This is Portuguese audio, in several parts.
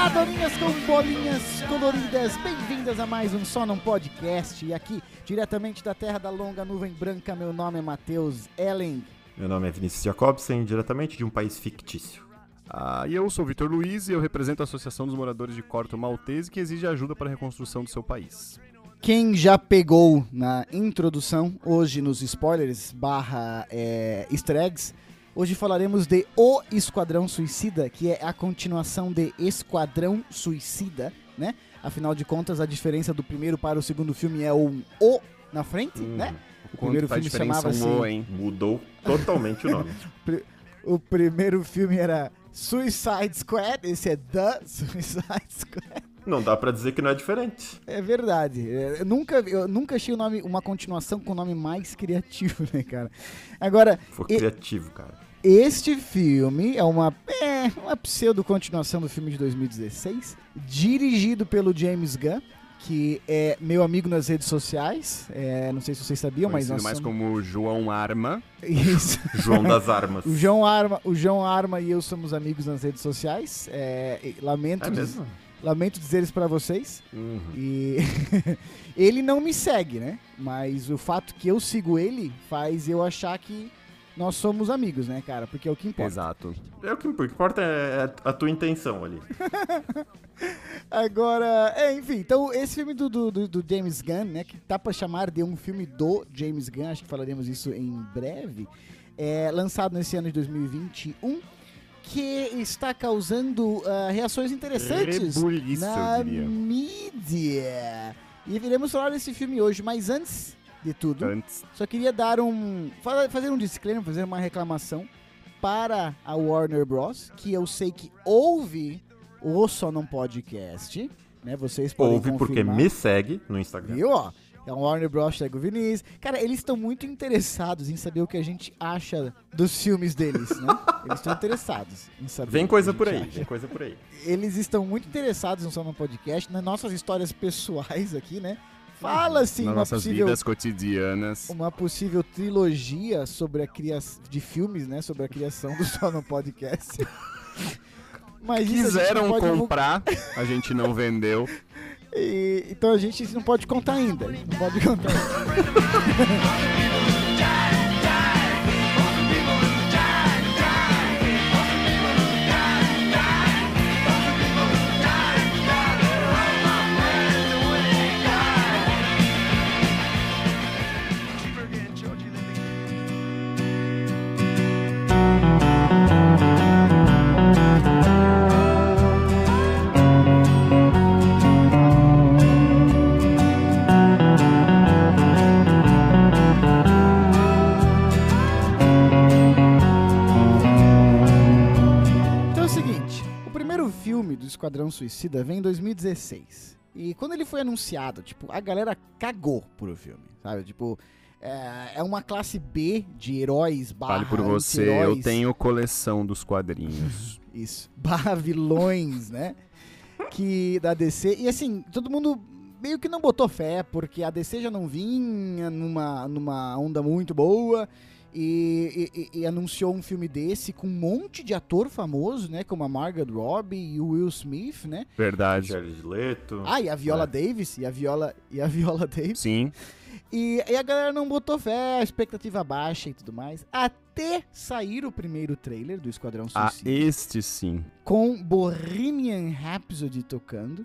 Então, bolinhas coloridas, bem-vindas a mais um Só Não Podcast. E aqui, diretamente da terra da longa nuvem branca, meu nome é Matheus Ellen. Meu nome é Vinícius Jacobsen, diretamente de um país fictício. Ah, e eu sou Vitor Luiz e eu represento a Associação dos Moradores de Corto Maltese que exige ajuda para a reconstrução do seu país. Quem já pegou na introdução, hoje nos spoilers barra é, easter eggs, hoje falaremos de O Esquadrão Suicida, que é a continuação de Esquadrão Suicida, né? Afinal de contas, a diferença do primeiro para o segundo filme é um O na frente, né? O tá primeiro filme é um assim. chamava-se... hein? Mudou totalmente o nome. O primeiro filme era Suicide Squad, esse é The Suicide Squad. Não dá pra dizer que não é diferente. É verdade. É, Eu nunca, eu nunca achei o nome, uma continuação com o nome mais criativo, né, cara? Agora, Foi E- criativo, cara. este filme é uma, é uma pseudo-continuação do filme de 2016, dirigido pelo James Gunn, que é meu amigo nas redes sociais. É, não sei se vocês sabiam, mas né? nós Conhecido mais somos... como João Arma. Isso. João das Armas. O João, Arma, o João Arma e eu somos amigos nas redes sociais. É, e lamento, É diz- mesmo? lamento dizer isso pra vocês. Uhum. E ele não me segue, né? Mas o fato que eu sigo ele faz eu achar que nós somos amigos, né, cara? Porque é o que importa. Exato. É o que o que importa é a tua intenção ali. Agora, é, enfim, então esse filme do, do, do- do James Gunn, né? Que tá pra chamar de um filme do James Gunn, acho que falaremos isso em breve. É lançado nesse ano de 2021, que está causando ah, reações interessantes. Rebuliço, na eu diria. mídia. E iremos falar desse filme hoje, mas antes de tudo, Antes. só queria dar um. fa- fazer um disclaimer, fazer uma reclamação para a Warner Bros., que eu sei que ouve o Só Não Podcast, né? Vocês podem Ouve porque é confirmar. me segue no Instagram. Viu, ó? É um Warner Bros. segue o Vinícius. Cara, eles estão muito interessados em saber o que a gente acha dos filmes deles, né? Eles estão interessados em saber. Vem o que a coisa gente por aí, acha vem coisa por aí. eles estão muito interessados no Soma Podcast, nas nossas histórias pessoais aqui, né? Uhum. Fala sim nas uma nossas é possível, vidas cotidianas. uma possível trilogia sobre a criação de filmes, né? Sobre a criação do Soma Podcast. Mas isso a gente não Quiseram pode divulgar. comprar, a gente não vendeu. E- então a gente não pode contar ainda. a gente Não pode contar. ainda. Então é o seguinte: o primeiro filme do Esquadrão Suicida vem em 2016. E quando ele foi anunciado, tipo, a galera cagou pro filme, sabe? Tipo, é, é uma classe B de heróis barra Fale por você, eu anti-heróis. tenho coleção dos quadrinhos. Isso. Barra vilões, né? Que da DC. E assim, todo mundo meio que não botou fé, porque a DC já não vinha numa, numa onda muito boa. E, e- e- e anunciou um filme desse com um monte de ator famoso, né? Como a Margaret Robbie e o Will Smith, né? Verdade. Jared Leto. Ah, e a Viola É. Davis, e a Viola, e a Viola Davis. Sim. E, e a galera não botou fé, expectativa baixa e tudo mais. Até sair o primeiro trailer do Esquadrão A Suicida. Ah, este sim. com Bohemian Rhapsody tocando.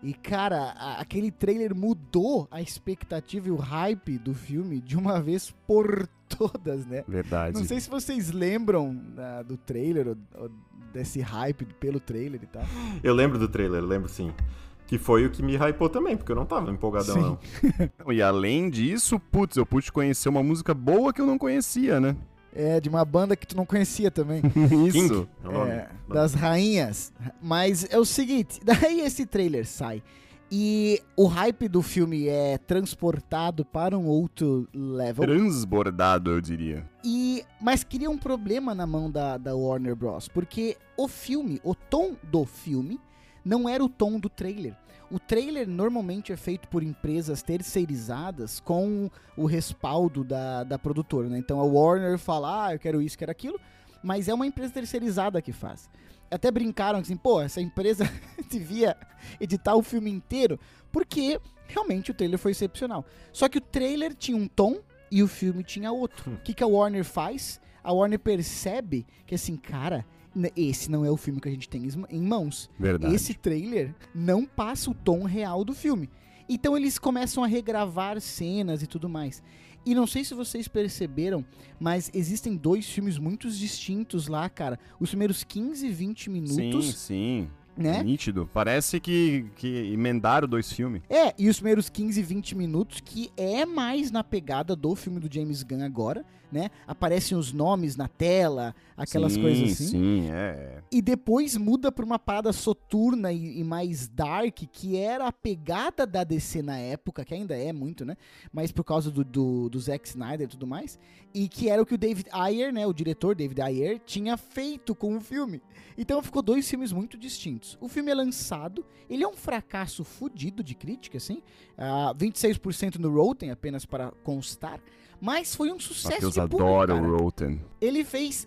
E, cara, a- aquele trailer mudou a expectativa e o hype do filme de uma vez por todas, né? Verdade. Não sei se vocês lembram ah, do trailer, ou, ou desse hype pelo trailer e tal. Eu lembro do trailer, lembro sim. Que foi o que me hypou também, porque eu não tava empolgadão, Sim. não. E além disso, putz, eu pude conhecer uma música boa que eu não conhecia, né? É, de uma banda que tu não conhecia também. Isso. King, é o nome. É, das rainhas. Mas é o seguinte, daí esse trailer sai. E o hype do filme é transportado para um outro level. Transbordado, eu diria. E, mas cria um problema na mão da, da Warner Bros. Porque o filme, o tom do filme, não era o tom do trailer. O trailer normalmente é feito por empresas terceirizadas com o respaldo da, da produtora, né? Então a Warner fala, ah, eu quero isso, quero aquilo, mas é uma empresa terceirizada que faz. até brincaram assim, pô, essa empresa devia editar o filme inteiro, porque realmente o trailer foi excepcional. Só que o trailer tinha um tom e o filme tinha outro. O que, que a Warner faz? A Warner percebe que assim, cara, n- esse não é o filme que a gente tem em em mãos. Verdade. Esse trailer não passa o tom real do filme. Então eles começam a regravar cenas e tudo mais. E não sei se vocês perceberam, mas existem dois filmes muito distintos lá, cara. Os primeiros 15, 20 minutos, sim, sim. né? Nítido. Parece que, que emendaram dois filmes. É, e os primeiros 15, 20 minutos, que é mais na pegada do filme do James Gunn agora, né? Aparecem os nomes na tela, aquelas Sim, coisas assim. Sim, é. E depois muda pra uma parada soturna e, e mais dark, que era a pegada da DC na época, que ainda é muito, né? Mas por causa do, do, do Zack Snyder e tudo mais. E que era o que o David Ayer, né? O diretor David Ayer, tinha feito com o filme. Então ficou dois filmes muito distintos. O filme é lançado, ele é um fracasso fudido de crítica, assim. Ah, 26% no Rotten, apenas para constar. Mas foi um sucesso Matheus de público, adora cara. o Rotten. Ele fez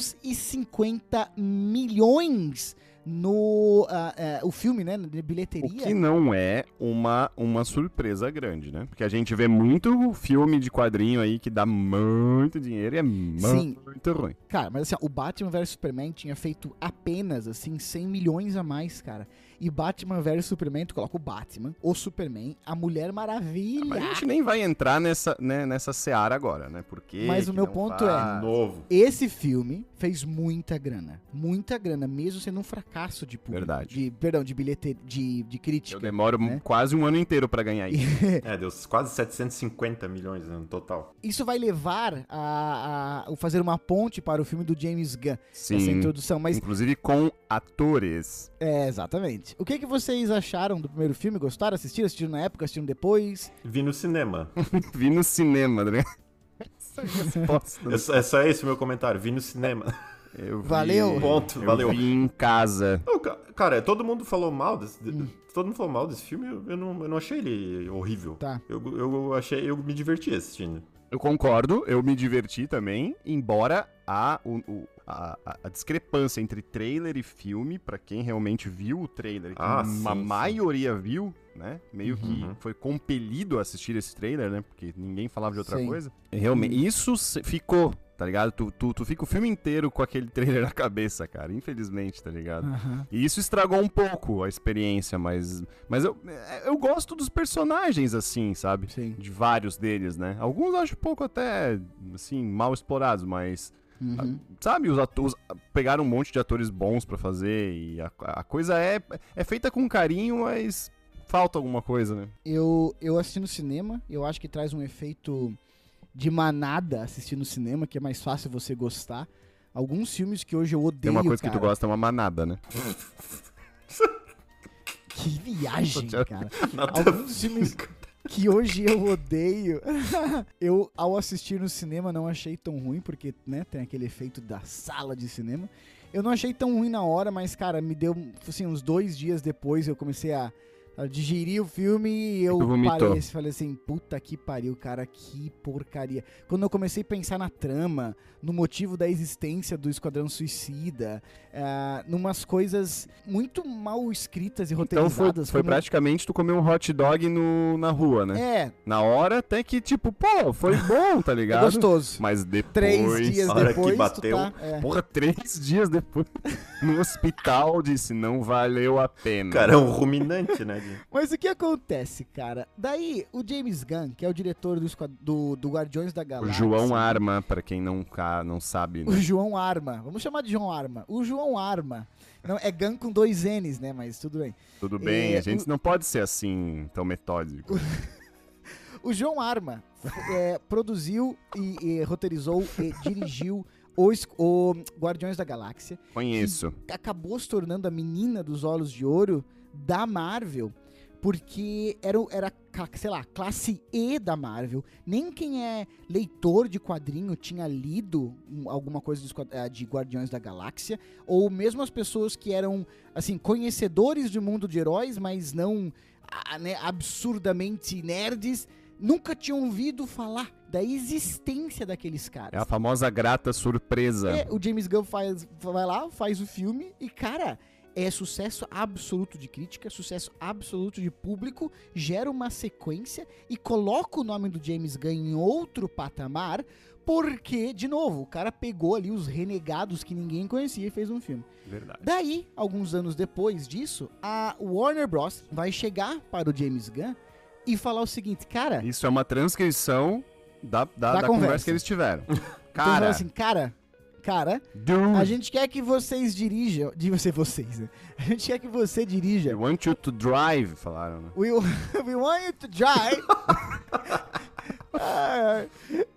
750 milhões no ah, ah, o filme, né, de O que bilheteria. não é uma, uma surpresa grande, né? Porque a gente vê muito filme de quadrinho aí que dá muito dinheiro e é Sim. muito ruim. Cara, mas assim, ó, o Batman vs Superman tinha feito apenas assim 100 milhões a mais, cara. E Batman vs Superman, tu coloca o Batman, o Superman, a Mulher Maravilha. Ah, Mas a gente nem vai entrar nessa, né, nessa seara agora, né? Porque. Mas o meu ponto é- Novo. Esse filme fez muita grana, muita grana, mesmo sendo um fracasso de público, Verdade. de perdão, de bilheteria, de, de Eu crítica. demoro né? quase um ano inteiro pra ganhar isso. É, deu quase 750 milhões né, no total. Isso vai levar a, a- a fazer uma ponte para o filme do James Gunn. essa Sim. introdução, mas Inclusive com atores. é exatamente. O que que vocês acharam do primeiro filme? Gostaram? Assistiram? Assistiram na época? Assistiram depois? Vi no cinema. Vi no cinema, né? Essa resposta. é, só- é só esse o meu comentário. Vi no cinema. Eu vi- Valeu. Ponto, eu valeu. Vi em casa. Não, ca- cara, todo mundo falou mal desse. de- Hum. Todo mundo falou mal desse filme, eu eu não, eu não achei ele horrível. Tá. Eu, eu achei, eu me diverti assistindo. Eu concordo, eu me diverti também, embora a, o- o- a, a- a discrepância entre trailer e filme, pra quem realmente viu o trailer, que Ah, a sim, sim. maioria viu, né? Meio Uhum. que foi compelido a assistir esse trailer, né? Porque ninguém falava de outra Sim. Uhum. coisa. Realmente, isso se- ficou, tá ligado? Tu, tu, tu fica o filme inteiro com aquele trailer na cabeça, cara, infelizmente, tá ligado? E isso estragou um pouco a experiência, mas, mas eu, é, eu gosto dos personagens, assim, sabe? Sim. De vários deles, né? Alguns eu acho pouco até, assim, mal explorados, mas, ah, Uhum. sabe, os atores pegaram um monte de atores bons pra fazer e a, a coisa é, é feita com carinho, mas falta alguma coisa, né? Eu, eu assisti no cinema, eu acho que traz um efeito de manada assistir no cinema, que é mais fácil você gostar. Alguns filmes que hoje eu odeio, Tem uma coisa que tu cara. gosta, é uma manada, né? Que viagem, Tô te- cara. Nada Alguns filmes que hoje eu odeio. eu, ao assistir no cinema, não achei tão ruim, porque né, tem aquele efeito da sala de cinema. Eu não achei tão ruim na hora, mas, cara, me deu assim, uns dois dias depois eu comecei a, a digerir o filme e eu Tu É vomitou. parei falei assim, puta que pariu, cara, que porcaria. Quando eu comecei a pensar na trama, no motivo da existência do Esquadrão Suicida, ah, numas coisas muito mal escritas e Então roteirizadas. foi, foi como- praticamente tu comer um hot dog no, na rua, né? É, Na hora até que, tipo, pô, foi bom, tá é ligado? gostoso. Mas depois. Três dias a hora que depois, bateu. tu tá... é. Porra, três dias depois no hospital disse não valeu a pena. Cara, é um ruminante, né? de- Mas o que acontece, cara? Daí, o James Gunn, que é o diretor do, esquad- do, do Guardiões da o Galáxia... João Arma, pra quem não, ca- não sabe, O né? João Arma. Vamos chamar de João Arma. O João Arma. Não, é Gunn com dois N's, né? Mas tudo bem. tudo bem, é, a gente não pode ser assim tão metódico. O João Arma é, produziu e, e roteirizou e dirigiu o, es- o Guardiões da Galáxia. Conheço. acabou se tornando a menina dos olhos de ouro da Marvel, porque era, o- era ca- sei lá, classe E da Marvel. Nem quem é leitor de quadrinho tinha lido hum, alguma coisa dos quad- eh, de Guardiões da Galáxia, ou mesmo as pessoas que eram, assim, conhecedores do mundo de heróis, mas não ah, né, absurdamente nerds, nunca tinham ouvido falar da existência daqueles É a caras. famosa grata surpresa. É, o James Gunn faz, vai lá, faz o filme e, cara, é sucesso absoluto de crítica, sucesso absoluto de público, gera uma sequência e coloca o nome do James Gunn em outro patamar, porque, de novo, o cara pegou ali os renegados que ninguém conhecia e fez um filme. Verdade. Daí, alguns anos depois disso, a Warner Bros. vai chegar para o James Gunn e falar o seguinte, cara, Isso é uma transcrição da, da, da conversa. conversa que eles tiveram. então fala Cara, assim, cara, cara, dude, a gente quer que vocês dirijam, de você vocês, né? A gente quer que você I dirija. want you to drive, falaram, né? We, we want you to drive. Ah,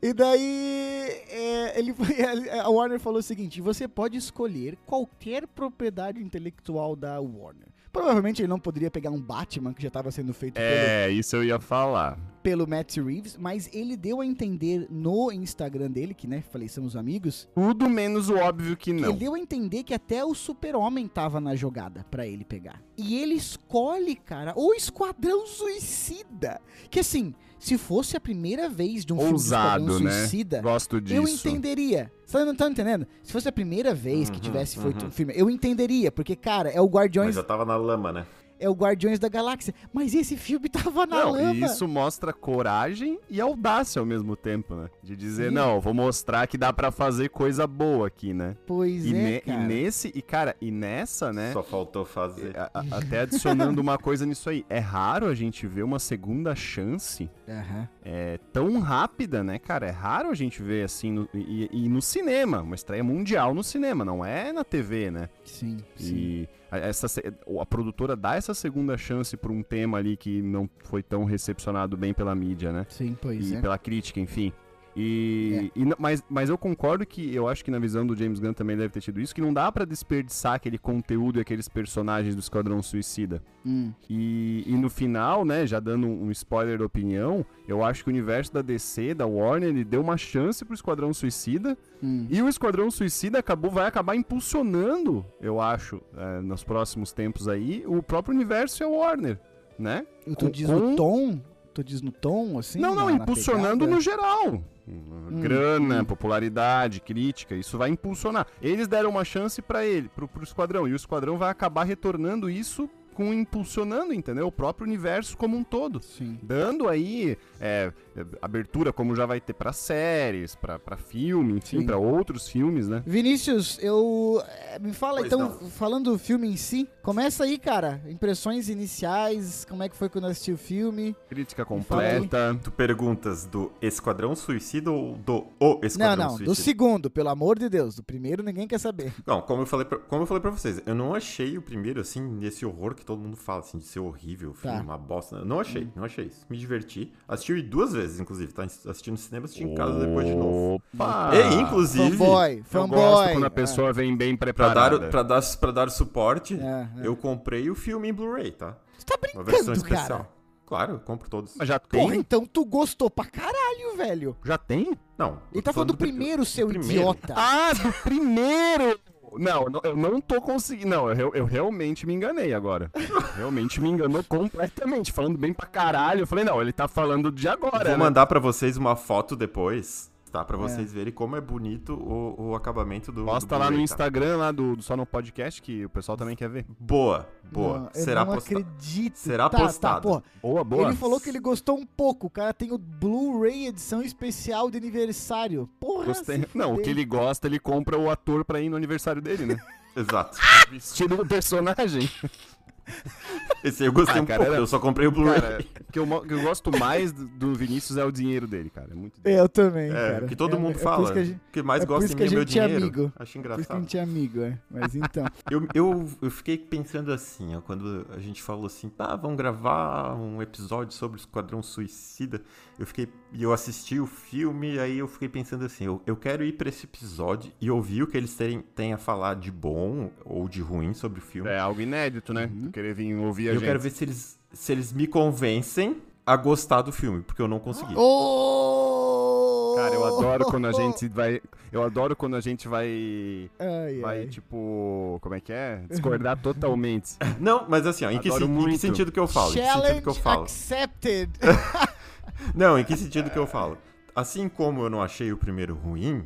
e daí é, ele foi, a Warner falou o seguinte: você pode escolher qualquer propriedade intelectual da Warner. Provavelmente ele não poderia pegar um Batman que já estava sendo feito pelo É, isso eu ia falar. pelo Matt Reeves, mas ele deu a entender no Instagram dele, que né, falei, somos amigos, Tudo menos o óbvio que que não. ele deu a entender que até o Super-Homem tava na jogada pra ele pegar. E ele escolhe, cara, o Esquadrão Suicida. Que assim, se fosse a primeira vez de um Ousado, filme de Esquadrão né? Suicida, Gosto eu disso. entenderia. Você não tá entendendo? Se fosse a primeira vez que Uhum, tivesse feito uhum. um filme, eu entenderia, porque cara, é o Mas Guardiões, já tava na lama, né? é o Guardiões da Galáxia, mas esse filme tava na Não, lama. e isso mostra coragem e audácia ao mesmo tempo, né? De dizer, Sim. não, vou mostrar que dá pra fazer coisa boa aqui, né? Pois E, é, ne- e cara. nesse, e cara, e nessa, né? Só faltou É. fazer. a- a- até adicionando uma coisa nisso aí. É raro a gente ver uma segunda chance Aham. é, tão rápida, né, cara? É raro a gente ver assim, no- e, e no cinema, uma estreia mundial no cinema, não é na TV, né? Sim, sim. E a- essa, se- a produtora dá essa segunda chance pra um tema ali que não foi tão recepcionado bem pela mídia, né? Sim, pois e é. pela crítica, enfim. E, e n- mas, mas eu concordo que eu acho que na visão do James Gunn também deve ter tido isso, que não dá pra desperdiçar aquele conteúdo e aqueles personagens do Esquadrão Suicida. Hum. E, e no final, né, já dando um um spoiler da opinião, eu acho que o universo da DC, da Warner, ele deu uma chance pro Esquadrão Suicida. Hum. E o Esquadrão Suicida acabou, vai acabar impulsionando, eu acho, eh, nos próximos tempos aí, o próprio universo e a Warner, né? E tu Com- diz com- no tom? Tu diz no tom, assim? não, não, na- na impulsionando pegada? no geral. Hum. Grana, popularidade, crítica, isso vai impulsionar. Eles deram uma chance pra ele, pro, pro esquadrão, e o esquadrão vai acabar retornando isso com impulsionando, entendeu? O próprio universo como um todo. Sim. Dando aí é, é, abertura, como já vai ter pra séries, pra pra filme, enfim, Sim. pra outros filmes, né? Vinícius, eu. eh, Me fala Pois então, não. falando do filme em si, começa aí, cara. Impressões iniciais, como é que foi quando assistiu o filme? Crítica fala aí. completa. Tu perguntas do Esquadrão Suicida ou do O não, Esquadrão não, Suicida? do segundo, pelo amor de Deus. Do primeiro ninguém quer saber. Não, como eu falei, pra, como eu falei pra vocês, eu não achei o primeiro, assim, nesse horror que todo mundo fala, assim, de ser horrível, filme, Tá. Hum. uma bosta. Eu não achei, não achei isso. Me diverti. Assisti duas vezes, inclusive, tá? Assisti no cinema, assisti em casa depois de novo. Opa! e, É, inclusive, fanboy, É, Eu fanboy. gosto quando a Ah, pessoa vem bem pra preparada. dar, o- pra, dar, pra dar suporte, É, é. eu comprei o filme em Blu-ray, tá? Tu tá Uma versão brincando, especial. cara. Claro, eu compro todos. Mas já tem? Porra, então tu gostou pra caralho, velho. Já tem? Não. Ele eu tá tô falando do pri- primeiro, seu primeiro. Tá, idiota. Ah, do primeiro! Não, não, eu não tô conseguindo. Não, eu, re- eu realmente me enganei agora. Realmente me enganou completamente. Falando bem pra caralho. Eu falei, não, ele tá falando de agora. Vou né? mandar pra vocês uma foto depois, tá? Pra vocês verem como é bonito o, o acabamento do. Posta do lá no Blu-ray, tá? Instagram, lá do, do Só no Podcast, que o pessoal também quer ver. Boa, boa. Não, eu Será não posta- acredito. Será tá, Tá, postado. porra. Boa, boa. Ele falou que ele gostou um pouco. O cara tem o Blu-ray edição especial de aniversário. Porra, Gostei. se Não, o fuder. que ele gosta, ele compra o ator pra ir no aniversário dele, né? Exato. Vestido do personagem. Esse aí eu gostei Ah, um cara, pouco, era- eu só comprei o Blu-ray. Cara, o que eu, mo- que eu gosto mais do- do Vinícius é o dinheiro dele, cara. É muito Eu também, É, cara. o que todo É, mundo é por fala. isso que a O gente- que mais é por gosta isso de que mim a é meu gente é dinheiro. amigo. Acho Por isso que a engraçado. gente é amigo, é. Mas então. Eu, eu, eu fiquei pensando assim, ó, quando a gente falou assim, tá, vamos gravar um episódio sobre o Esquadrão Suicida. Eu fiquei. E eu assisti o filme, aí eu fiquei pensando assim, eu, eu quero ir pra esse episódio e ouvir o que eles têm, têm a falar de bom ou de ruim sobre o filme. É algo inédito, né? Tu querer vir ouvir a eu gente. quero ver se eles, se eles me convencem a gostar do filme, porque eu não consegui. Ah, Oh! Cara, eu adoro quando a gente vai. Eu adoro quando a gente vai. Ai, Vai, ai. tipo. Como é que é? Discordar totalmente. Não, mas assim, ó, em, que, Adoro sen- em que muito. sentido que eu falo? Em que sentido Challenge que eu falo? accepted. Não, em que sentido que eu falo? Assim como eu não achei o primeiro ruim,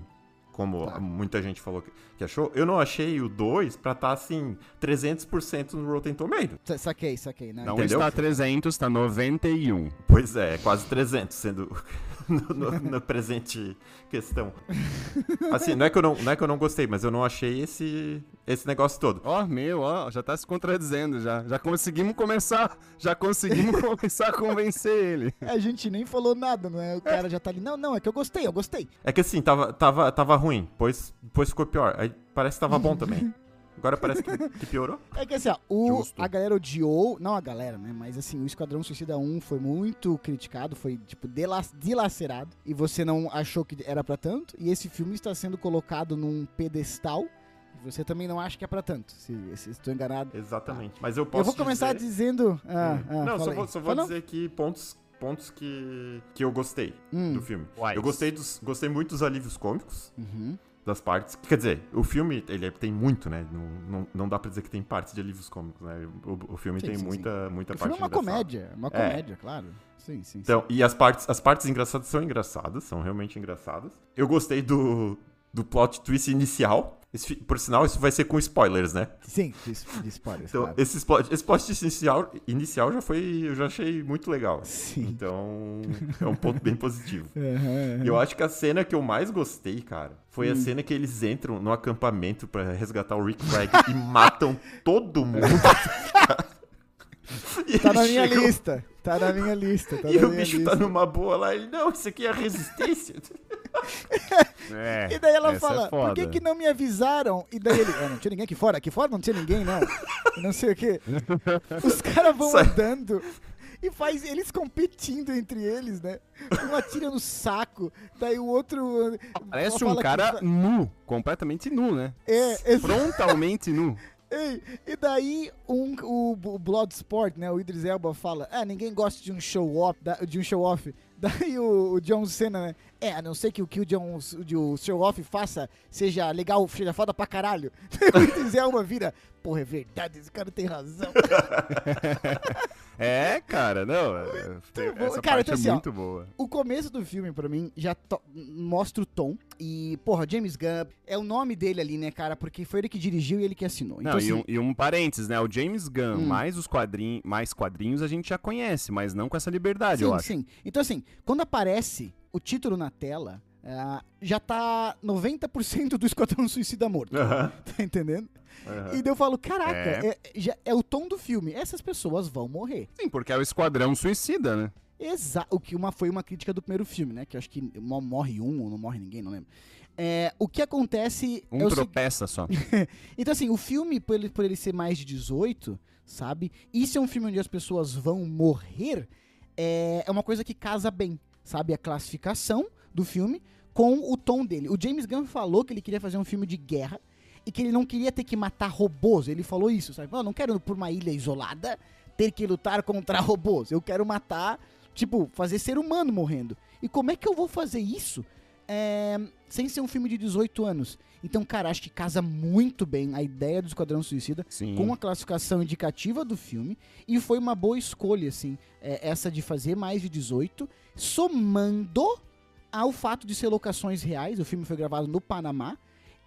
como Tá. muita gente falou que, que achou, eu não achei o 2 pra estar assim, 300% no Rotten Tomatoes. Sa- Saquei, saquei, né? Não Entendeu? está 300, está 91. Pois é, quase 300 sendo no, no- na presente questão. Assim, não é, que eu não, não é que eu não gostei, mas eu não achei esse, esse negócio todo. Ó, meu, ó, já tá se contradizendo já. Já conseguimos começar, já conseguimos começar a convencer ele. A gente nem falou nada, né? O cara já tá ali. Não, não, é que eu gostei, eu gostei. É que assim, tava, tava, tava ruim, depois, depois ficou pior. Aí parece que tava bom também. Agora parece que, que piorou. É que assim, ó, o- Justo. a galera odiou, não a galera, né? Mas assim, o Esquadrão Suicida 1 foi muito criticado, foi tipo dela- dilacerado, e você não achou que era pra tanto, e esse filme está sendo colocado num pedestal, e você também não acha que é pra tanto, se, se estou enganado. Exatamente. Mas eu posso. Eu vou começar dizer... Hum. dizendo. Ah, ah, não, só fala aí. vou, só vou Fala, dizer que pontos, pontos que, que eu gostei Hum. do filme. Uais. Eu gostei, dos, gostei muito dos alívios cômicos, Uhum. das partes. Quer dizer, o filme ele é- tem muito, né? Não, não, não dá pra dizer que tem partes de alívios cômicos, né? O, o filme Sim, tem sim, sim. muita, muita O parte filme é uma engraçada. comédia, uma comédia, claro. Sim, sim. sim. Então, e as partes, as partes engraçadas são engraçadas, são realmente engraçadas. Eu gostei do, do plot twist inicial. Esse fi- por sinal, isso vai ser com spoilers, né? Sim, de, de spoilers, Então, claro. esse plot, esse plot twist inicial, inicial já foi. Eu já achei muito legal. Sim. Então, é um ponto bem positivo. Aham. E eu acho que a cena que eu mais gostei, cara, foi Hum. a cena que eles entram no acampamento pra resgatar o Rick Flag e matam todo mundo. E Tá na eles minha chegam- lista. Tá na minha lista. Tá E na o minha bicho lista. tá numa boa lá, ele, não, isso aqui é resistência. É, E daí ela essa é fala, por que, foda. que não me avisaram? E daí ele, ah, não tinha ninguém aqui fora, aqui fora não tinha ninguém, não. E não sei o quê. Os caras vão Sai. andando e faz eles competindo entre eles, né? Um atira no saco, daí o outro. Parece fala um que- cara nu, completamente nu, né? É, ex- Frontalmente nu. Ei, E daí um, o, B- o Bloodsport, né, o Idris Elba fala, ah, ninguém gosta de um show off, da- de um show off. Daí o, o John Cena, né, é, a não ser que o que o John, de- o show off faça seja legal, seja foda pra caralho. Daí o Idris Elba vira, porra, é verdade, esse cara tem razão. É, cara, não. é- bom. Essa Cara, parte então assim, é ó, muito boa. O começo do filme, pra mim, já to- mostra o tom. E, porra, James Gunn, é o nome dele ali, né, cara, porque foi ele que dirigiu e ele que assinou. Não, então, e, assim, um, e um parênteses, né? O James Gunn, Hum. mais os quadrinhos, mais quadrinhos a gente já conhece, mas não com essa liberdade, Sim, eu acho. sim. Então, assim, quando aparece o título na tela, ah, já tá 90% do Esquadrão Suicida morto. Aham, Tá entendendo? ahã. E daí eu falo, caraca, É. é. é- já- é o tom do filme. Essas pessoas vão morrer. Sim, porque é o esquadrão suicida, né? Exa o que uma foi uma crítica do primeiro filme, né? Que eu acho que mo- morre um ou não morre ninguém, não lembro. É, o que acontece... Um é o seguinte- tropeça só. Então, assim, o filme, por ele, por ele ser mais de 18, sabe? Isso é um filme onde as pessoas vão morrer. É, é uma coisa que casa bem, sabe? A classificação do filme com o tom dele. O James Gunn falou que ele queria fazer um filme de guerra e que ele não queria ter que matar robôs. Ele falou isso, sabe? Eu não quero por uma ilha isolada ter que lutar contra robôs. Eu quero matar, tipo, fazer ser humano morrendo. E como é que eu vou fazer isso é, sem ser um filme de 18 anos? Então, cara, acho que casa muito bem a ideia do Esquadrão Suicida Sim. com a classificação indicativa do filme e foi uma boa escolha, assim, é, essa de fazer mais de 18, somando ao fato de ser locações reais. O filme foi gravado no Panamá.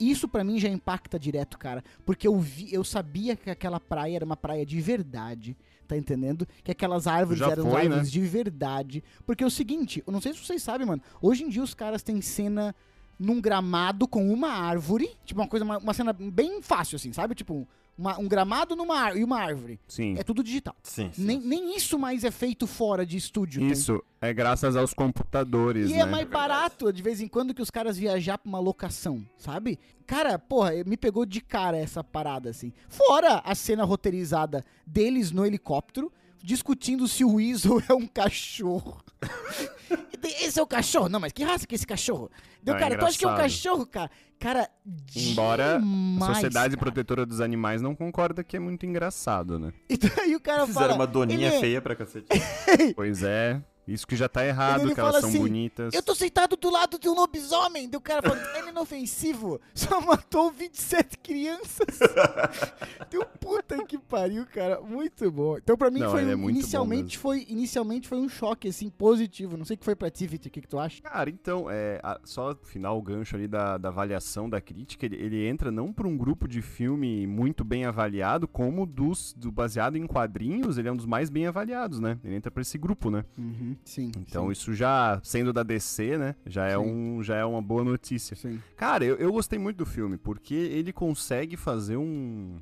Isso pra mim já impacta direto, cara, porque eu vi, eu sabia que aquela praia era uma praia de verdade, tá entendendo? Que aquelas árvores Já eram foi, árvores né? de verdade. Porque é o seguinte, eu não sei se vocês sabem, mano, hoje em dia os caras têm cena num gramado com uma árvore, tipo uma coisa, uma, uma cena bem fácil assim, sabe? Tipo uma- um gramado numa ar- e uma árvore. Sim. É tudo digital. Sim, sim. Nem, nem isso mais é feito fora de estúdio. tá Isso é graças aos computadores, e né? é mais barato de vez em quando que os caras viajar pra uma locação, sabe? Cara, porra, me pegou de cara essa parada, assim. Fora a cena roteirizada deles no helicóptero, discutindo se o Weasel é um cachorro. E tem, Esse é o cachorro? Não, mas que raça que é esse cachorro? Deu, Ah, cara, tu acha que é um engraçado. cachorro, cara? Cara, Embora A demais, Sociedade cara. Protetora dos Animais não concorda que é muito engraçado, né? E daí o cara Fizeram fala... uma doninha ele é- feia pra cacete. Pois é. Isso que já tá errado, Ele que elas fala são assim, bonitas. Eu tô sentado do lado de um lobisomem. Do cara falando, ele cara inofensivo só matou 27 crianças. Teu puta que pariu, cara. Muito bom. Então, pra mim, Não, foi ele um- é muito bom inicialmente mesmo. foi inicialmente foi um choque, assim, positivo. Não sei o que foi pra ti, Vitor. O que, que tu acha? Cara, então, é, a- só final o gancho ali da, da avaliação da crítica, ele, ele entra não por um grupo de filme muito bem avaliado, como dos do baseado em quadrinhos, ele é um dos mais bem avaliados, né? Ele entra pra esse grupo, né? Sim. Então isso já, sendo da DC, né, já Sim. é, um, já é uma boa notícia. Sim. Cara, eu, eu gostei muito do filme, porque ele consegue fazer um,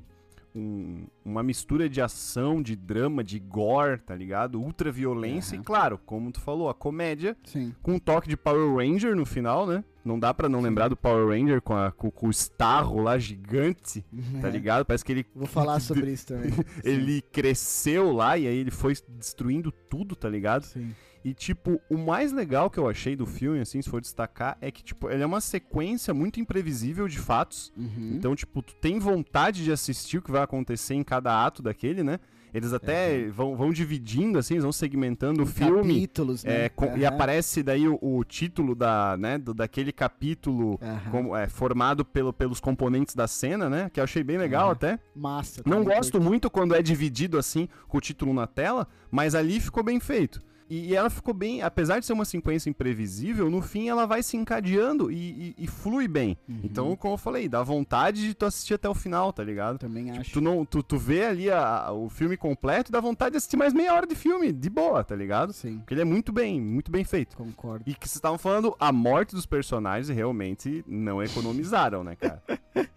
um- uma mistura de ação, de drama, de gore, tá ligado? Ultra violência Aham. e, claro, como tu falou, a comédia Sim. com um toque de Power Ranger no final, né? Não dá pra não lembrar do Power Ranger com, a- com- com o Starro lá gigante, tá ligado? Parece que ele, Vou falar sobre isso também. ele cresceu lá e aí ele foi destruindo tudo, tá ligado? Sim. E, tipo, o mais legal que eu achei do filme, assim, se for destacar, é que, tipo, ele é uma sequência muito imprevisível de fatos. Uhum. Então, tipo, tu tem vontade de assistir o que vai acontecer em cada ato daquele, né? Eles até vão, vão dividindo, assim, eles vão segmentando o filme. Capítulos, né? É, com- E Aham. aparece daí o, o título da, né, do- daquele capítulo Aham. como, é, formado pelo, pelos componentes da cena, né? Que eu achei bem legal Aham. até. Massa. Não também gosto muito quando é dividido assim com o título na tela, mas ali ficou bem feito. E e ela ficou bem, apesar de ser uma sequência imprevisível, no fim ela vai se encadeando e, e- e flui bem. Uhum. Então, como eu falei, dá vontade de tu assistir até o final, tá ligado? Também acho. Tu, não, tu, tu vê ali a- o filme completo e dá vontade de assistir mais meia hora de filme, de boa, tá ligado? Sim, Porque ele é muito bem, muito bem feito. concordo. E que vocês estavam falando, a morte dos personagens realmente não economizaram, né, cara? Não É.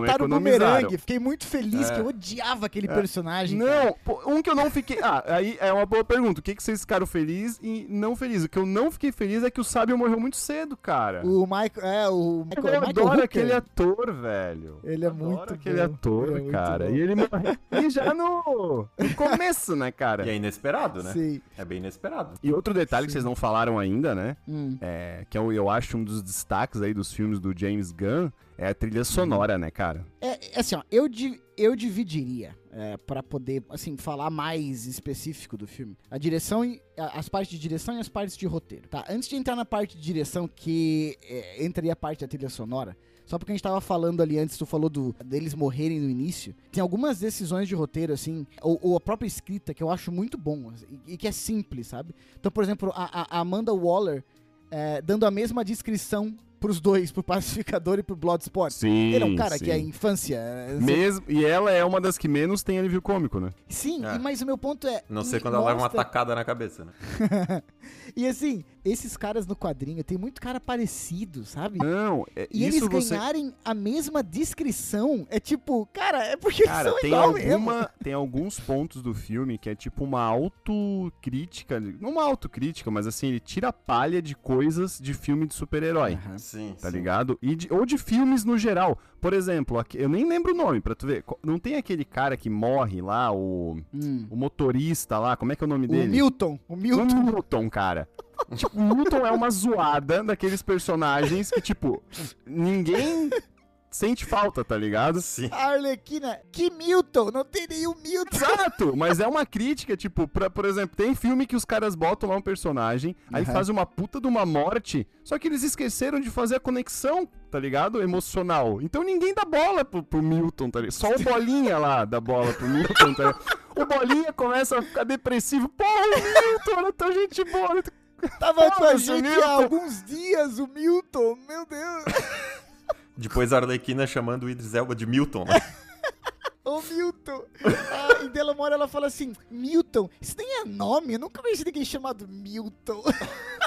Mataram o bumerangue. Fiquei muito feliz que eu odiava aquele personagem. cara. Não, pô, um que eu não fiquei. Ah, aí é uma boa pergunta. O que, que vocês ficaram felizes e não felizes? O que eu não fiquei feliz é que o Sábio morreu muito cedo, cara. O Michael. É, o Michael. eu Michael adoro Hooker. aquele ator, velho. Ele é Eu adoro muito aquele bom. ator, Ele é muito cara. bom. E ele morre e já no, no começo, né, cara? E é inesperado, né? Sim. É bem inesperado. E outro detalhe que vocês não falaram ainda, né? Hum. É, que eu, eu acho um dos destaques aí dos filmes do James Gunn é a trilha sonora, né, cara? É, é assim, ó, eu, di- eu dividiria é, para poder, assim, falar mais específico do filme. A direção, e, a- as partes de direção e as partes de roteiro, tá? Antes de entrar na parte de direção, que é, entraria a parte da trilha sonora, só porque a gente tava falando ali antes, tu falou do, deles morrerem no início, tem algumas decisões de roteiro, assim, ou, ou a própria escrita, que eu acho muito bom, assim, e, e que é simples, sabe? Então, por exemplo, a, a Amanda Waller é, dando a mesma descrição pros dois, pro Pacificador e pro Bloodsport. Sim. Ele é um cara sim. que é infância. é, Mesmo, e ela é uma das que menos tem alívio cômico, né? Sim, É. e- mas o meu ponto é. Não sei me quando ela leva uma mostra- tacada na cabeça, né? E assim, esses caras no quadrinho tem muito cara parecido, sabe? Não, é, E isso eles você. ganharem a mesma descrição é tipo, cara, é porque eles Cara, são tem, igual mesmo. alguma, tem alguns pontos do filme que é tipo uma autocrítica. Não uma autocrítica, mas assim, ele tira a palha de coisas de filme de super-herói. Aham. Sim. Tá sim. ligado? E de- ou de filmes no geral. Por exemplo, aqui- eu nem lembro o nome, pra tu ver. Co- Não tem aquele cara que morre lá, o. Hum. O motorista lá, como é que é o nome O dele? Milton, o O Milton. Newton, cara. tipo, o Newton é uma zoada daqueles personagens que, tipo, ninguém sente falta, tá ligado? Sim. A Arlequina, que Milton? Não tem nenhum Milton. Exato! Mas é uma crítica, tipo, pra, por exemplo, tem filme que os caras botam lá um personagem, aí Aham. faz uma puta de uma morte, só que eles esqueceram de fazer a conexão, tá ligado? Emocional. Então ninguém dá bola pro, pro Milton, tá ligado? Só o Bolinha lá dá bola pro Milton, tá ligado? O Bolinha começa a ficar depressivo. Porra, o Milton, era tão gente boa. Tava com a Foda-se, gente Milton. há alguns dias, o Milton, meu Deus. Depois a Arlequina chamando o Idris Elba de Milton, né? Ô Milton! Ah, e dela mora ela fala assim: Milton, isso nem é nome, eu nunca conheci ninguém chamado Milton.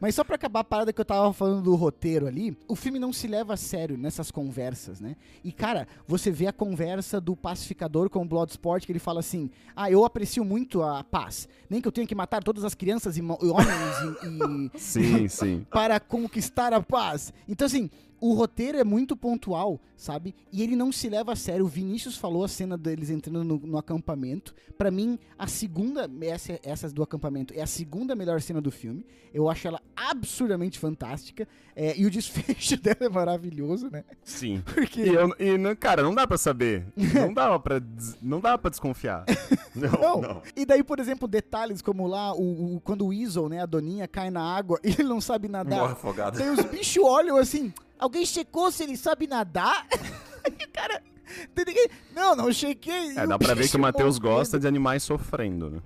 Mas só pra acabar a parada que eu tava falando do roteiro ali, o filme não se leva a sério nessas conversas, né? E cara, você vê a conversa do pacificador com o Bloodsport que ele fala assim: "Ah, eu aprecio muito a paz, nem que eu tenha que matar todas as crianças e mo- e homens e- e Sim, sim. para conquistar a paz. Então, assim, o roteiro é muito pontual, sabe? E ele não se leva a sério. O Vinícius falou a cena deles entrando no, no acampamento. Pra mim, a segunda, essa, essas do acampamento, é a segunda melhor cena do filme. Eu acho ela absurdamente fantástica. É, e o desfecho dela é maravilhoso, né? Sim. Porque. E, eu, e não- cara, não dá pra saber. Não dava pra, des- não dava pra desconfiar. Não. Não, não. E daí, por exemplo, detalhes como lá, o, o- quando o Weasel, né, a doninha, cai na água e ele não sabe nadar. Morre afogado. Daí os bichos olham assim, Alguém checou se ele sabe nadar? E o cara. tem ninguém- Não, não chequei. E É, dá pra ver bicho que o Matheus morrendo. gosta de animais sofrendo, né?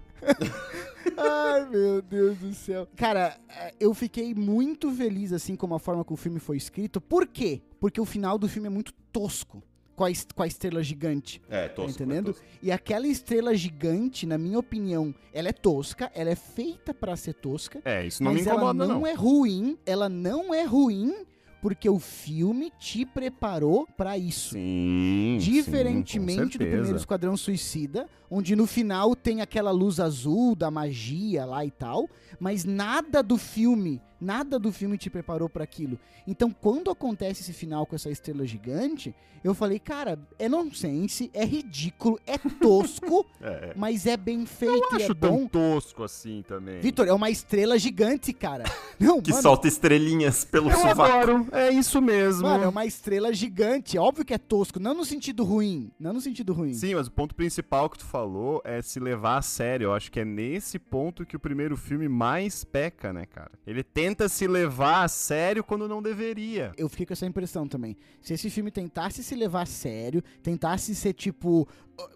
Ai, meu Deus do céu. Cara, eh, eu fiquei muito feliz, assim, com a forma que o filme foi escrito. Por quê? Porque o final do filme é muito tosco. Com a, est- com a estrela gigante. É, tosco. Tá entendendo? é tosco. E aquela estrela gigante, na minha opinião, ela é tosca, ela é feita pra ser tosca. É, isso não mas me incomoda, ela não, é ruim, ela não é ruim porque o filme te preparou pra isso. Sim. Diferentemente sim, com do primeiro certeza. Esquadrão Suicida, onde no final tem aquela luz azul da magia lá e tal, mas nada do filme, nada do filme te preparou pra aquilo. Então, quando acontece esse final com essa estrela gigante, eu falei, cara, é nonsense, é ridículo, é tosco, É, é. mas é bem feito Eu e é acho bom. tão tosco assim também. Vitor, é uma estrela gigante, cara. Não, Que mano, solta estrelinhas pelo eu sovaco. adoro, é isso mesmo. Mano, é uma estrela gigante. Óbvio que é tosco. Não no sentido ruim. Não no sentido ruim. Sim, mas o ponto principal que tu falou é se levar a sério. Eu acho que é nesse ponto que o primeiro filme mais peca, né, cara? Ele tenta se levar a sério quando não deveria. Eu fiquei com essa impressão também. Se esse filme tentasse se levar a sério, tentasse ser, tipo,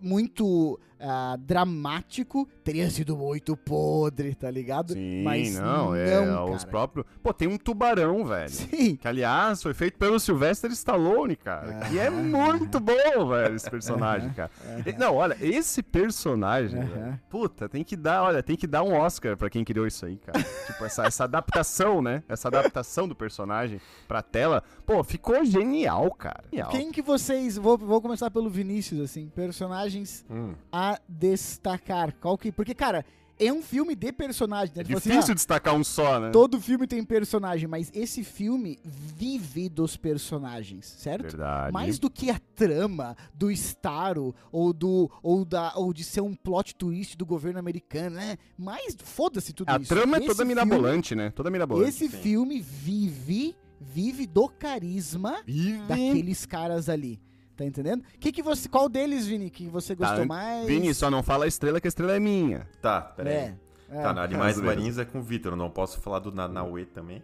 muito ah, dramático, teria sido muito podre, tá ligado? Sim, Mas não, é não, os cara. próprios. Pô, tem um tubarão, velho. Sim. Que, aliás, foi feito pelo Sylvester Stallone, cara. Que Ah. é muito bom, velho, esse personagem, cara. E- Não, olha, esse personagem, Aham. velho, puta, tem que dar, olha, tem que dar um Oscar pra quem criou isso aí, cara. tipo, essa, essa adaptação, né? Essa adaptação do personagem pra tela, pô, ficou genial, cara. Genial. Quem assim, que vocês. Vou, vou começar pelo Vinícius, assim. Personagens Hum. a destacar. Qual que. Porque, cara, é um filme de personagem. Né? É Ele falou assim, difícil ah, destacar um só, né? Todo filme tem personagem, mas esse filme vive dos personagens, certo? Verdade. Mais do que a trama do Staro ou do ou da ou de ser um plot twist do governo americano, né? Mais foda-se tudo A isso. trama é Esse toda filme- mirabolante, né? Toda mirabolante. Esse sim. filme vive vive do carisma Vive- daqueles caras ali. Tá entendendo? Que que você, qual deles, Vini, que você gostou Tá, mais? Vini, só não fala a estrela, que a estrela é minha. Tá, peraí. é, é. Tá, na Animais Às vezes. Marinhos é com o Vitor, eu não posso falar do Nanauê também.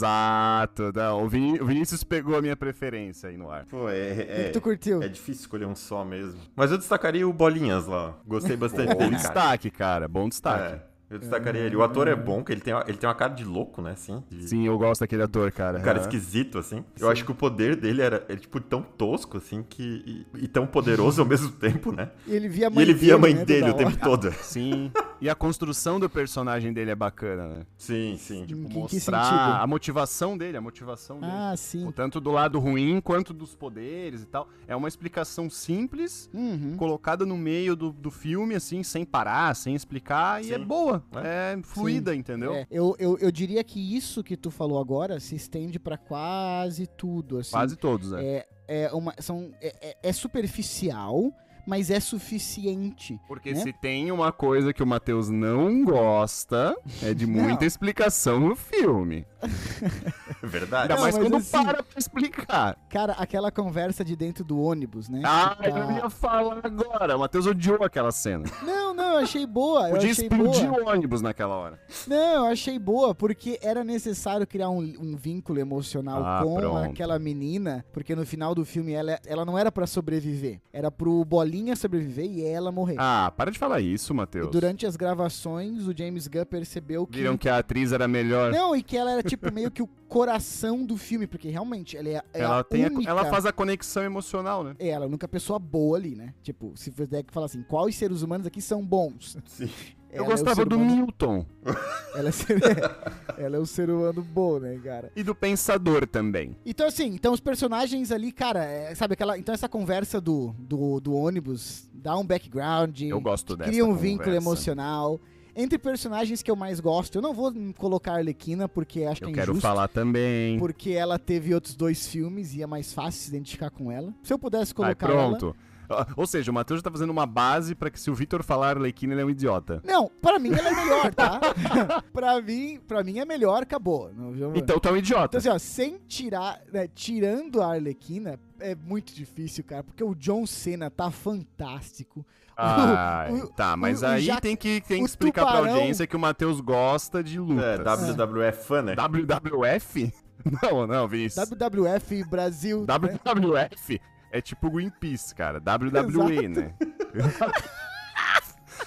Exato. Não, o, Vini- o Vinícius pegou a minha preferência aí no ar. Pô, O que é. que é... tu curtiu? É difícil escolher um só mesmo. Mas eu destacaria o Bolinhas lá. Gostei bastante Bom dele, cara. destaque, cara. Bom destaque. É, eu destacaria ele. O ator é bom, que ele tem uma, ele tem uma cara de louco, né? Assim, É. de- Sim, eu gosto daquele ator, cara. Um cara Aham. esquisito, assim. Eu acho que o poder dele era, era, tipo, tão tosco, assim, que. E, e tão poderoso ao mesmo tempo, né? E ele via a E mãe ele via a mãe né, dele toda o hora. tempo todo. Sim. E a construção do personagem dele é bacana, né? Sim, sim. Em Hum, que- em que sentido? Mostrar a motivação dele, a motivação dele. Ah, sim. Pô, Tanto do lado ruim quanto dos poderes e tal. É uma explicação simples, Uhum. colocada no meio do, do filme, assim, sem parar, sem explicar, e Sim. é boa. É. É fluida, entendeu? É, eu, eu, eu diria que isso que tu falou agora se estende pra quase tudo, assim. Quase todos, né? É, é, uma, são, é, é- é superficial, mas é suficiente. Porque né? se tem uma coisa que o Matheus não gosta, é de Não. muita explicação no filme. É verdade. Ainda Não, mais mas quando assim- para pra explicar. Cara, aquela conversa de dentro do ônibus, né? Ah, Que eu tá- ia falar agora. O Matheus odiou aquela cena. Não, não, eu achei boa. Eu Podia achei explodir um- boa. o ônibus naquela hora. Não, eu achei boa, porque era necessário criar um, um vínculo emocional Ah, com pronto. aquela menina, porque no final do filme ela, ela não era pra sobreviver. Era pro Bolinha sobreviver e ela morrer. Ah, para de falar isso, E Matheus. durante as gravações, o James Gunn percebeu que Viram que a atriz era melhor. Não, e que ela era tipo meio que o coração do filme, porque realmente ela é, é ela, a tem a- única... ela faz a conexão emocional, né? É, ela é a única pessoa boa ali, né? Tipo, se você der que falar assim, quais seres humanos aqui são bons? Sim. Ela é eu o gostava ser do humano- Milton Ela é, ser... ela é o ser humano bom, né, cara? e do Pensador também. Então, assim, então os personagens ali, cara, é, sabe aquela... Então essa conversa do, do, do ônibus dá um background... Eu gosto dessa Cria um vínculo conversa. emocional... Entre personagens que eu mais gosto, eu não vou colocar a Arlequina, porque acho Eu que é quero injusto. falar também. Porque ela teve outros dois filmes e é mais fácil se identificar com ela. Se eu pudesse Ai, colocar ela. pronto. Ah, Ou seja, o Matheus já tá fazendo uma base pra que se o Vitor falar Arlequina, ele é um idiota. Não, pra mim ela é melhor, tá? pra, mim, pra mim é melhor, acabou. Não, vamos- Então tu é um Então, idiota. assim, ó, sem tirar, né, tirando a Arlequina, é muito difícil, cara, porque o John Cena tá fantástico. Ai, Então, o- tá, mas o- o aí Jack- tem que, tem o que explicar pra tubarão- audiência que o Matheus gosta de lutas. É, WWF fã, né? WWF? Não, não, Vinícius. WWF Brasil. né? WWF é tipo Greenpeace, cara. WWE, né?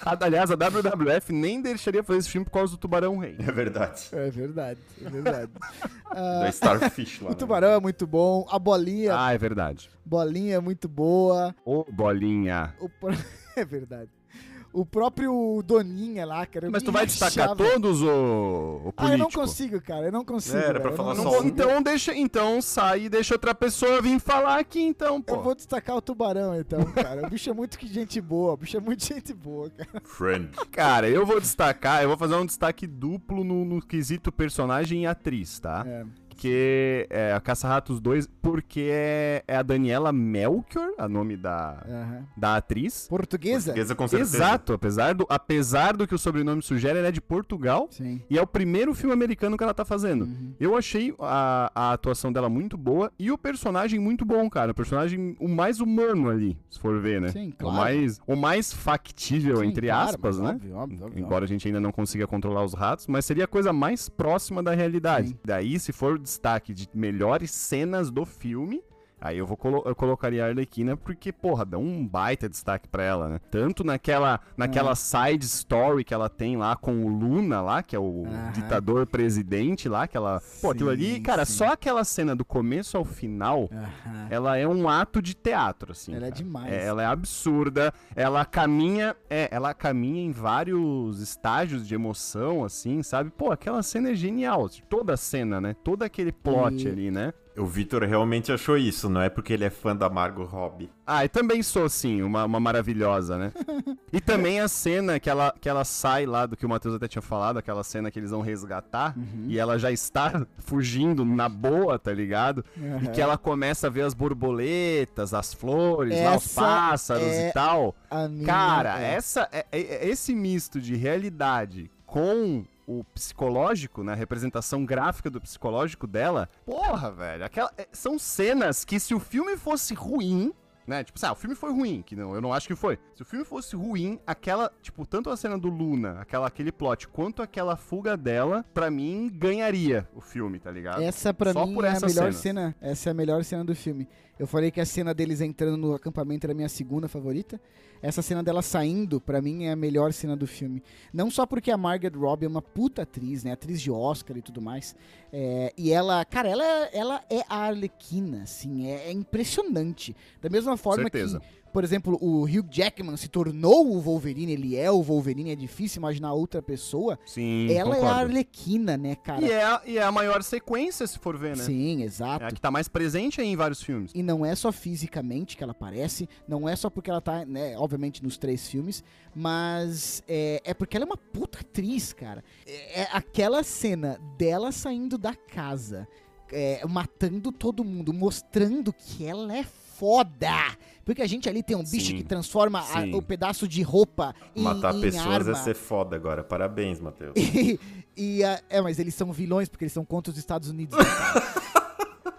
Ah, Aliás, a WWF nem deixaria fazer esse filme por causa do Tubarão Rei. É verdade. É verdade, é verdade. Ah, Da Starfish lá. o né? tubarão é muito bom, a bolinha, Ah, é verdade. bolinha é muito boa. Ô, bolinha. O pró- é verdade. O próprio Doninha lá, cara. eu Mas me tu vai destacar achava- todos, ô, ô político? Ah, eu não consigo, cara. Eu não consigo. É, era velho, pra eu falar não só consigo. um. Então deixa, então sai e deixa outra pessoa vir falar aqui então, pô. Eu vou destacar o tubarão, então, cara. O bicho é muito que gente boa. O bicho é muito gente boa, cara. Friend. Cara, eu vou destacar, eu vou fazer um destaque duplo no, no quesito personagem e atriz, tá? É. Que é a Caça-Ratos 2, porque é, é a Daniela Melchior, a nome da, aham. da atriz. Portuguesa? Portuguesa com certeza. Exato, apesar do, apesar do que o sobrenome sugere, ela é de Portugal. Sim. Uhum. E é o primeiro filme americano que ela tá fazendo. Eu achei a, a atuação dela muito boa e o personagem muito bom, cara. O personagem o mais humano ali, se for ver, né? Sim, claro. O mais, o mais factível, Sim, entre claro, aspas, mas né? óbvio, óbvio, óbvio, Embora a gente ainda não consiga controlar os ratos, mas seria a coisa mais próxima da realidade. Sim. Daí, se for o destaque de melhores cenas do filme, aí eu vou colo- eu colocaria a Arlequina, porque, porra, dá um baita destaque pra ela, né? Tanto naquela, É. naquela side story que ela tem lá com o Luna lá, que é o Aham. ditador presidente lá, que ela. Pô, aquilo ali, Sim, cara, sim. só aquela cena do começo ao final. Aham. Ela é um ato de teatro, assim. Ela é cara. demais. É, ela é absurda. Ela caminha, é, ela caminha em vários estágios de emoção, assim, sabe? Pô, aquela cena é genial. Toda a cena, né? Todo aquele E- plot ali, né? O Vitor realmente achou isso, não é porque ele é fã da Margot Robbie. Ah, e também sou, sim, uma, uma maravilhosa, né? e também a cena que ela, que ela sai lá do que o Matheus até tinha falado, aquela cena que eles vão resgatar, e ela já está fugindo na boa, tá ligado? E Aham. que ela começa a ver as borboletas, as flores, lá, os Essa pássaros é e tal. A minha- Cara, é. essa, é- é- esse misto de realidade com o psicológico, na representação gráfica do psicológico dela, porra, velho, aquela, é- são cenas que se o filme fosse ruim, né? Tipo, assim, ah, o filme foi ruim, que não, eu não acho que foi. Se o filme fosse ruim, aquela, tipo, tanto a cena do Luna, aquela aquele plot, quanto aquela fuga dela, pra mim ganharia o filme, tá ligado? Essa pra Só mim por é a essas melhor cenas. cena. Essa é a melhor cena do filme. Eu falei que a cena deles entrando no acampamento era a minha segunda favorita. Essa cena dela saindo, pra mim, é a melhor cena do filme. Não só porque a Margaret Robbie é uma puta atriz, né? Atriz de Oscar e tudo mais. É, e ela, cara, ela, ela é a Arlequina, assim. É, é impressionante. Da mesma forma Certeza. que, por exemplo, o Hugh Jackman se tornou o Wolverine, ele é o Wolverine, é difícil imaginar outra pessoa. Sim, ela é a concordo. Arlequina, né, cara? E é, a- e é a maior sequência, se for ver, né? Sim, exato. É a que tá mais presente aí em vários filmes. E não é só fisicamente que ela aparece, não é só porque ela tá, né, obviamente nos três filmes, mas é, é porque ela é uma puta atriz, cara. É, é aquela cena dela saindo da casa, é, matando todo mundo, mostrando que ela é foda. Porque a gente ali tem um bicho Sim, que transforma a- sim. o pedaço de roupa em, Matar em pessoas arma. é ser foda agora. Parabéns, Matheus. E, e, ah, é, mas eles são vilões porque eles são contra os Estados Unidos. né, cara?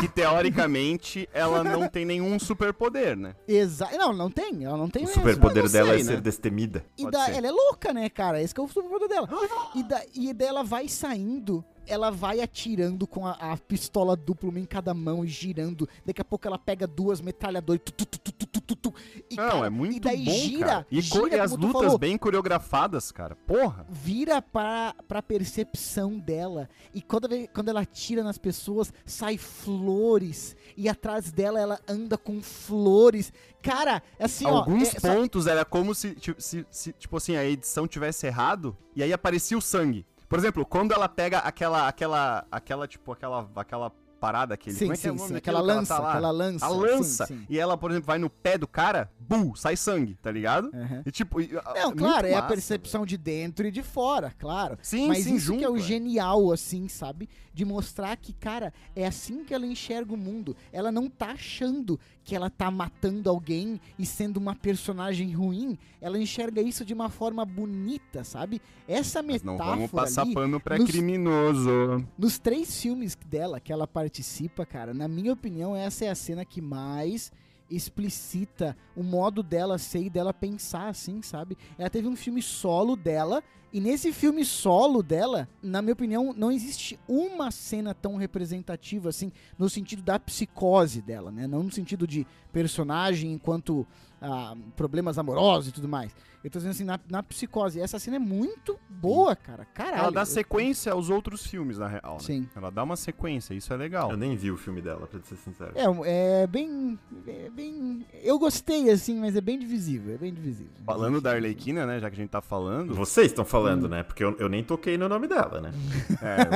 Que teoricamente ela não tem nenhum superpoder, né? Exa não, não tem, ela não tem O mesmo. superpoder mas não dela é sei, né? ser destemida. E Pode da, ser. ela é louca, né, cara? Esse que é o superpoder dela. E, da, e daí ela vai saindo, ela vai atirando com a, a pistola dupla, uma em cada mão, e girando. Daqui a pouco ela pega duas metralhadoras. Tu, tu, tu, tu, tu, tu, tu, tu. E, não, cara, é muito E daí bom, gira, cara. E, co- gira, e as como tu lutas falou, bem coreografadas, cara. Porra. vira pra, pra percepção dela. E quando, ve- quando ela atira nas pessoas, sai flores. E atrás dela ela anda com flores. Cara, assim, Alguns ó. é- só- pontos era como se, ti- se- se, tipo assim, a edição tivesse errado e aí aparecia o sangue. Por exemplo, quando ela pega aquela, aquela, aquela, tipo, aquela, aquela parada, aquele, Sim, como é que é o sim, nome sim. daquilo Aquela que ela lança, tá lá? aquela lança. A sim, lança. sim. E ela, por exemplo, vai no pé do cara, bum, sai sangue, tá ligado? Aham. E tipo... e- Não, muito claro, é a massa, percepção de dentro e de fora, claro. velho. Sim, Mas sim, isso que é o junto, genial, assim, sabe? De mostrar que, cara, é assim que ela enxerga o mundo. Ela não tá achando que ela tá matando alguém e sendo uma personagem ruim. Ela enxerga isso de uma forma bonita, sabe? Essa Mas metáfora não vamos passar ali, pano pra nos- criminoso. nos três filmes dela que ela participa, cara, na minha opinião, essa é a cena que mais explicita o modo dela ser e dela pensar, assim, sabe? Ela teve um filme solo dela E nesse filme solo dela, na minha opinião, não existe uma cena tão representativa assim, no sentido da psicose dela, né? Não no sentido de personagem enquanto ah, problemas amorosos e tudo mais. Eu tô dizendo assim, na, na psicose. Essa cena é muito boa, cara. Caralho. Ela dá eu- sequência aos outros filmes, na real, né? É, Sim. Ela dá uma sequência, isso é legal. Eu nem vi o filme dela, pra ser sincero. É, é bem. É bem. Eu gostei, assim, mas é bem divisível. É bem divisível. Falando da Arlequina, né, já que a gente tá falando, Vocês estão Hum. falando, né? Porque eu, eu nem toquei no nome dela, né?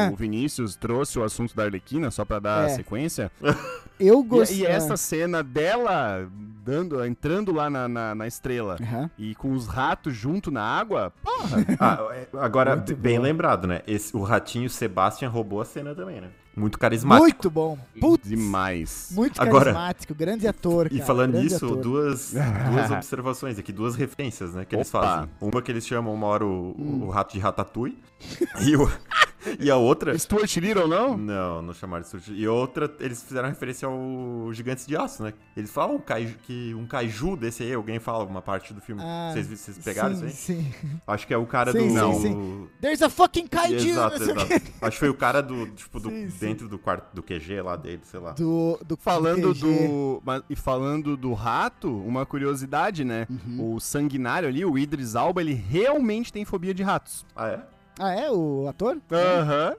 é, o Vinícius trouxe o assunto da Arlequina só pra dar É. sequência. Eu ah, E, gostei. e essa cena dela dando, entrando lá na, na- na estrela Aham. e com os ratos junto na água, porra! Ah, é, agora, Muito bem bom. lembrado, né? Esse, o ratinho Sebastian roubou a cena também, né? Muito carismático. Muito bom. Putz, Demais. muito Agora- carismático. Grande ator. E cara, falando grande nisso, ator. duas, duas observações aqui, duas referências, né, que eles Opa. fazem. Uma que eles chamam uma hora o, Hum. o rato de Ratatouille, e, o- e a outra... Stuart Little, não? Não, não chamaram de surge. E outra, eles fizeram referência ao Gigantes de Aço, né? Eles falam caju- que um caju desse aí, alguém fala uma parte do filme. Ah, Vocês vocês pegaram sim, isso Sim. aí? Acho que é o cara Sim, do... sim, não, sim. There's a fucking kaiju. Exato, não sei o exato. quê. Acho que foi o cara do, tipo, do, Sim, sim. dentro do quarto, do QG lá dele, sei lá. Do, do Falando QG. do. mas- E falando do rato, uma curiosidade, né? O sanguinário ali, o Idris Alba, ele realmente tem fobia de ratos. Ah, é? Ah, é? O ator? Aham.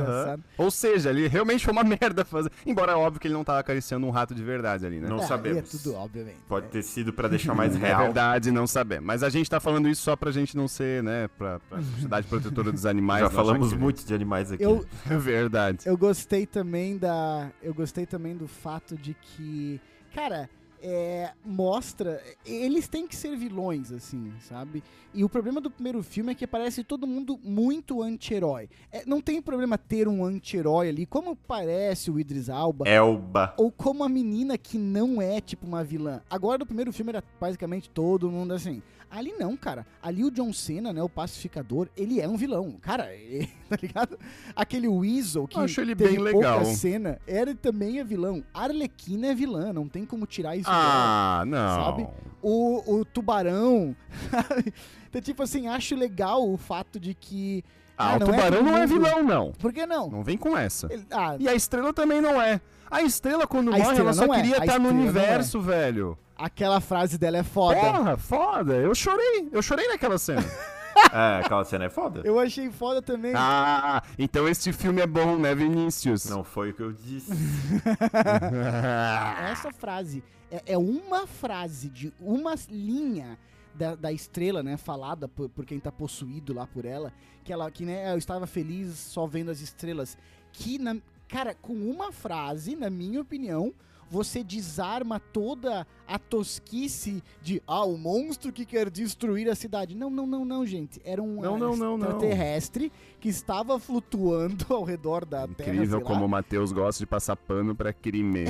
Engraçado. Ou seja, ele realmente foi uma merda fazer. Embora é óbvio que ele não tava acariciando um rato de verdade ali, né? Não Ah, sabemos. aí É tudo, obviamente. Pode ter sido pra deixar mais É real. verdade, não sabemos. Mas a gente tá falando isso só pra gente não ser, né? Pra, pra Sociedade Protetora dos Animais. Já não achar falamos que- muito de animais aqui. Eu, É verdade. Eu gostei também da. Eu gostei também do fato de que. Cara, é, mostra. Eles têm que ser vilões, assim, sabe? E o problema do primeiro filme é que parece todo mundo muito anti-herói. É, não tem problema ter um anti-herói ali, como parece o Idris Alba. Elba. Ou como a menina que não é, tipo, uma vilã. Agora, no primeiro filme, era basicamente todo mundo assim. Ali não, cara. Ali o John Cena, né, o pacificador, ele é um vilão. Cara, ele- tá ligado? Aquele Weasel, que Eu acho ele teve bem legal. pouca cena, era também é vilão. Arlequina é vilã, não tem como tirar isso dela. Ah, não. Sabe? O, o Tubarão, sabe? Então, tipo assim, acho legal o fato de que... Ah, o não é tubarão todo não é mundo. vilão, não. Por que não? Não vem com essa. Ele- ah, E a estrela também não é. A estrela, quando A morre, estrela ela só não é. queria A estar no estrela não universo, velho. aquela frase dela é foda. Porra, foda. Eu chorei. Eu chorei naquela cena. É, aquela cena é foda. Eu achei foda também. ah, então esse filme é bom, né, Vinícius? Não foi o que eu disse. essa frase é, é uma frase de uma linha da, da estrela, né? Falada por, por quem tá possuído lá por ela. Que ela, que né, eu estava feliz só vendo as estrelas. Que, na, cara, com uma frase, na minha opinião, você desarma toda a tosquice de, ah, o monstro que quer destruir a cidade. Não, não, não, não, gente. Era um Não, não, não, não. extraterrestre que estava flutuando ao redor da Terra. Incrível sei lá. como o Matheus gosta de passar pano pra crime.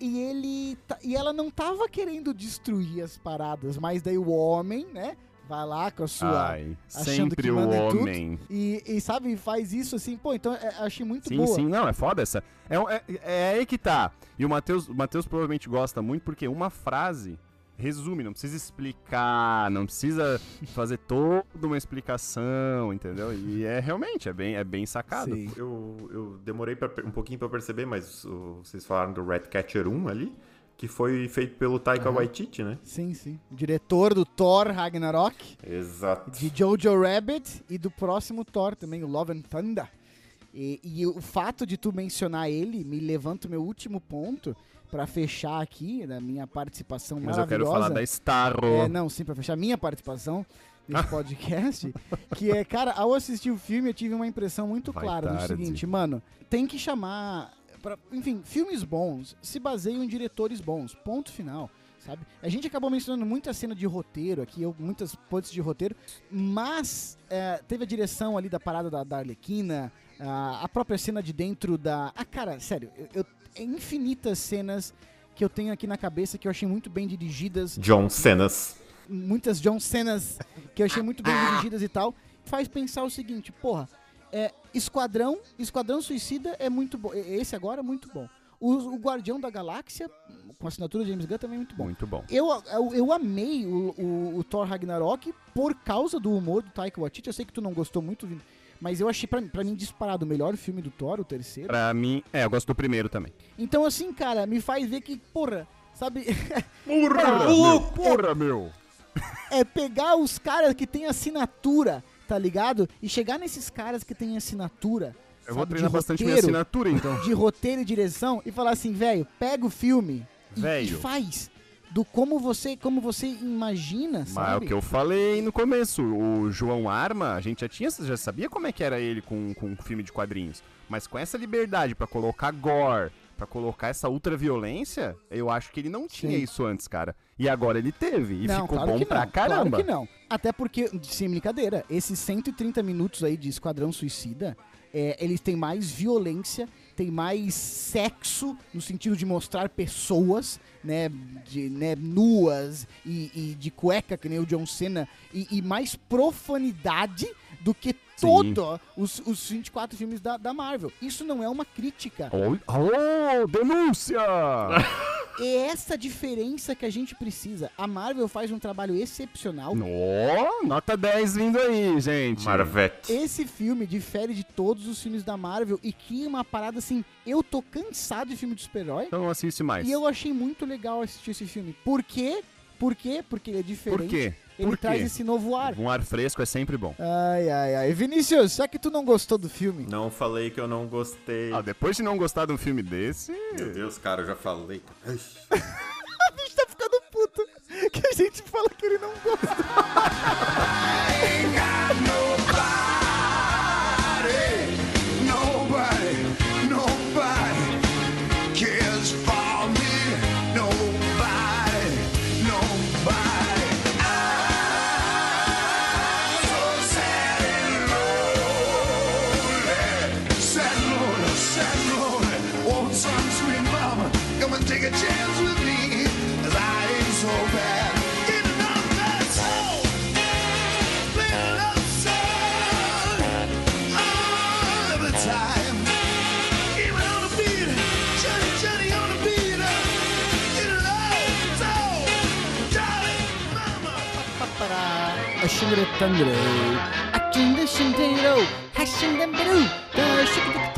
E ele. ta- E ela não tava querendo destruir as paradas, mas daí o homem, né? Vai lá com a sua. Ai, Achando sempre que o manda em tudo. homem. E, e, sabe, faz isso assim, pô, então é, achei muito Sim, boa. sim, não, é foda essa. É, um- é, é aí que tá. E o Matheus o Matheus provavelmente gosta muito porque uma frase resume, não precisa explicar, não precisa fazer toda uma explicação, entendeu? E é realmente, é bem, é bem sacado. Sim. Eu, eu demorei pra per- um pouquinho pra perceber, mas o- vocês falaram do Red Catcher 1 ali, que foi feito pelo Taika Waititi, né? Sim, sim. Diretor do Thor Ragnarok, Exato. de Jojo Rabbit e do próximo Thor também, o Love and Thunder. E, e o fato de tu mencionar ele me levanta o meu último ponto pra fechar aqui, da minha participação Mas eu maravilhosa. quero falar da Starro. É, não, sim, pra fechar minha participação nesse podcast, que é, cara, ao assistir o filme eu tive uma impressão muito Vai clara do tarde. seguinte, mano, tem que chamar, pra- enfim, filmes bons se baseiam em diretores bons, ponto final. Sabe? A gente acabou mencionando muita cena de roteiro aqui, eu- muitas pontes de roteiro, mas é, teve a direção ali da parada da, da Arlequina, a, a própria cena de dentro da. Ah, cara, sério, eu, eu- é infinitas cenas que eu tenho aqui na cabeça que eu achei muito bem dirigidas, John Cenas. muitas John Cenas que eu achei muito bem dirigidas e tal, faz pensar o seguinte, porra, é, Esquadrão, Esquadrão Suicida é muito bom, e- esse agora é muito bom. O, o Guardião da Galáxia, com a assinatura de James Gunn, também é muito bom. Muito bom. Eu, eu, eu amei o, o, o Thor Ragnarok por causa do humor do Taika Waititi. Eu sei que tu não gostou muito, Vini, mas eu achei, pra, mim- pra mim, disparado o melhor filme do Thor, o terceiro. Pra mim, é, eu gosto do primeiro também. Então, assim, cara, me faz ver que, porra, sabe, Porra, meu, louco! porra, meu! é pegar os caras que têm assinatura, tá ligado? E chegar nesses caras que têm assinatura. Eu vou sabe, de treinar bastante minha roteiro, assinatura, então. de roteiro e direção e falar assim, velho, pega o filme e- e Velho. faz do como você, como você imagina, Mas é o sabe? que eu falei no começo, o João Arma, a gente já tinha, já sabia como é que era ele com, com filme de quadrinhos. Mas com essa liberdade pra colocar gore, pra colocar essa ultraviolência, eu acho que ele não tinha Sim. isso antes, cara. E agora ele teve, e não, ficou claro bom que não, pra Claro caramba. que não. Até porque, sem brincadeira, esses 130 minutos aí de Esquadrão Suicida, é, eles têm mais violência, tem mais sexo, no sentido de mostrar pessoas, né, de, né nuas e, e de cueca, que nem o John Cena, e, e mais profanidade do que todos os, os 24 filmes da, da Marvel. Isso não é uma crítica. Olha- Alô, denúncia! É essa diferença que a gente precisa. A Marvel faz um trabalho excepcional. Ó, nota 10 vindo aí, gente. Marvete. Esse filme difere de todos os filmes da Marvel e que uma parada assim, eu tô cansado de filme de super-herói Então não assiste mais. e eu achei muito legal assistir esse filme. Por quê? Por quê? Porque ele é diferente. Por quê? Ele Por traz quê? esse novo ar. Um ar fresco é sempre bom. Ai, ai, ai. Vinícius, já que tu não gostou do filme, Não falei que eu não gostei. Ah, depois de não gostar de um filme desse... Meu Deus, cara, eu já falei. a gente tá ficando puto que a gente fala que ele não gosta. Nobody, nobody cares for me. Nobody, nobody. I'm so sad and lonely. Sad and lonely, sad and lonely. Won't some sweet mama come and take a chance with me? 'Cause I ain't so bad. Get another soul. Play another song all the time. Even on the beat, Johnny, Johnny on the beat. Get it all, so, darling, mama. Papará, a xingretangre, a quinda xindeiro, a xindambiru, a xindeiro,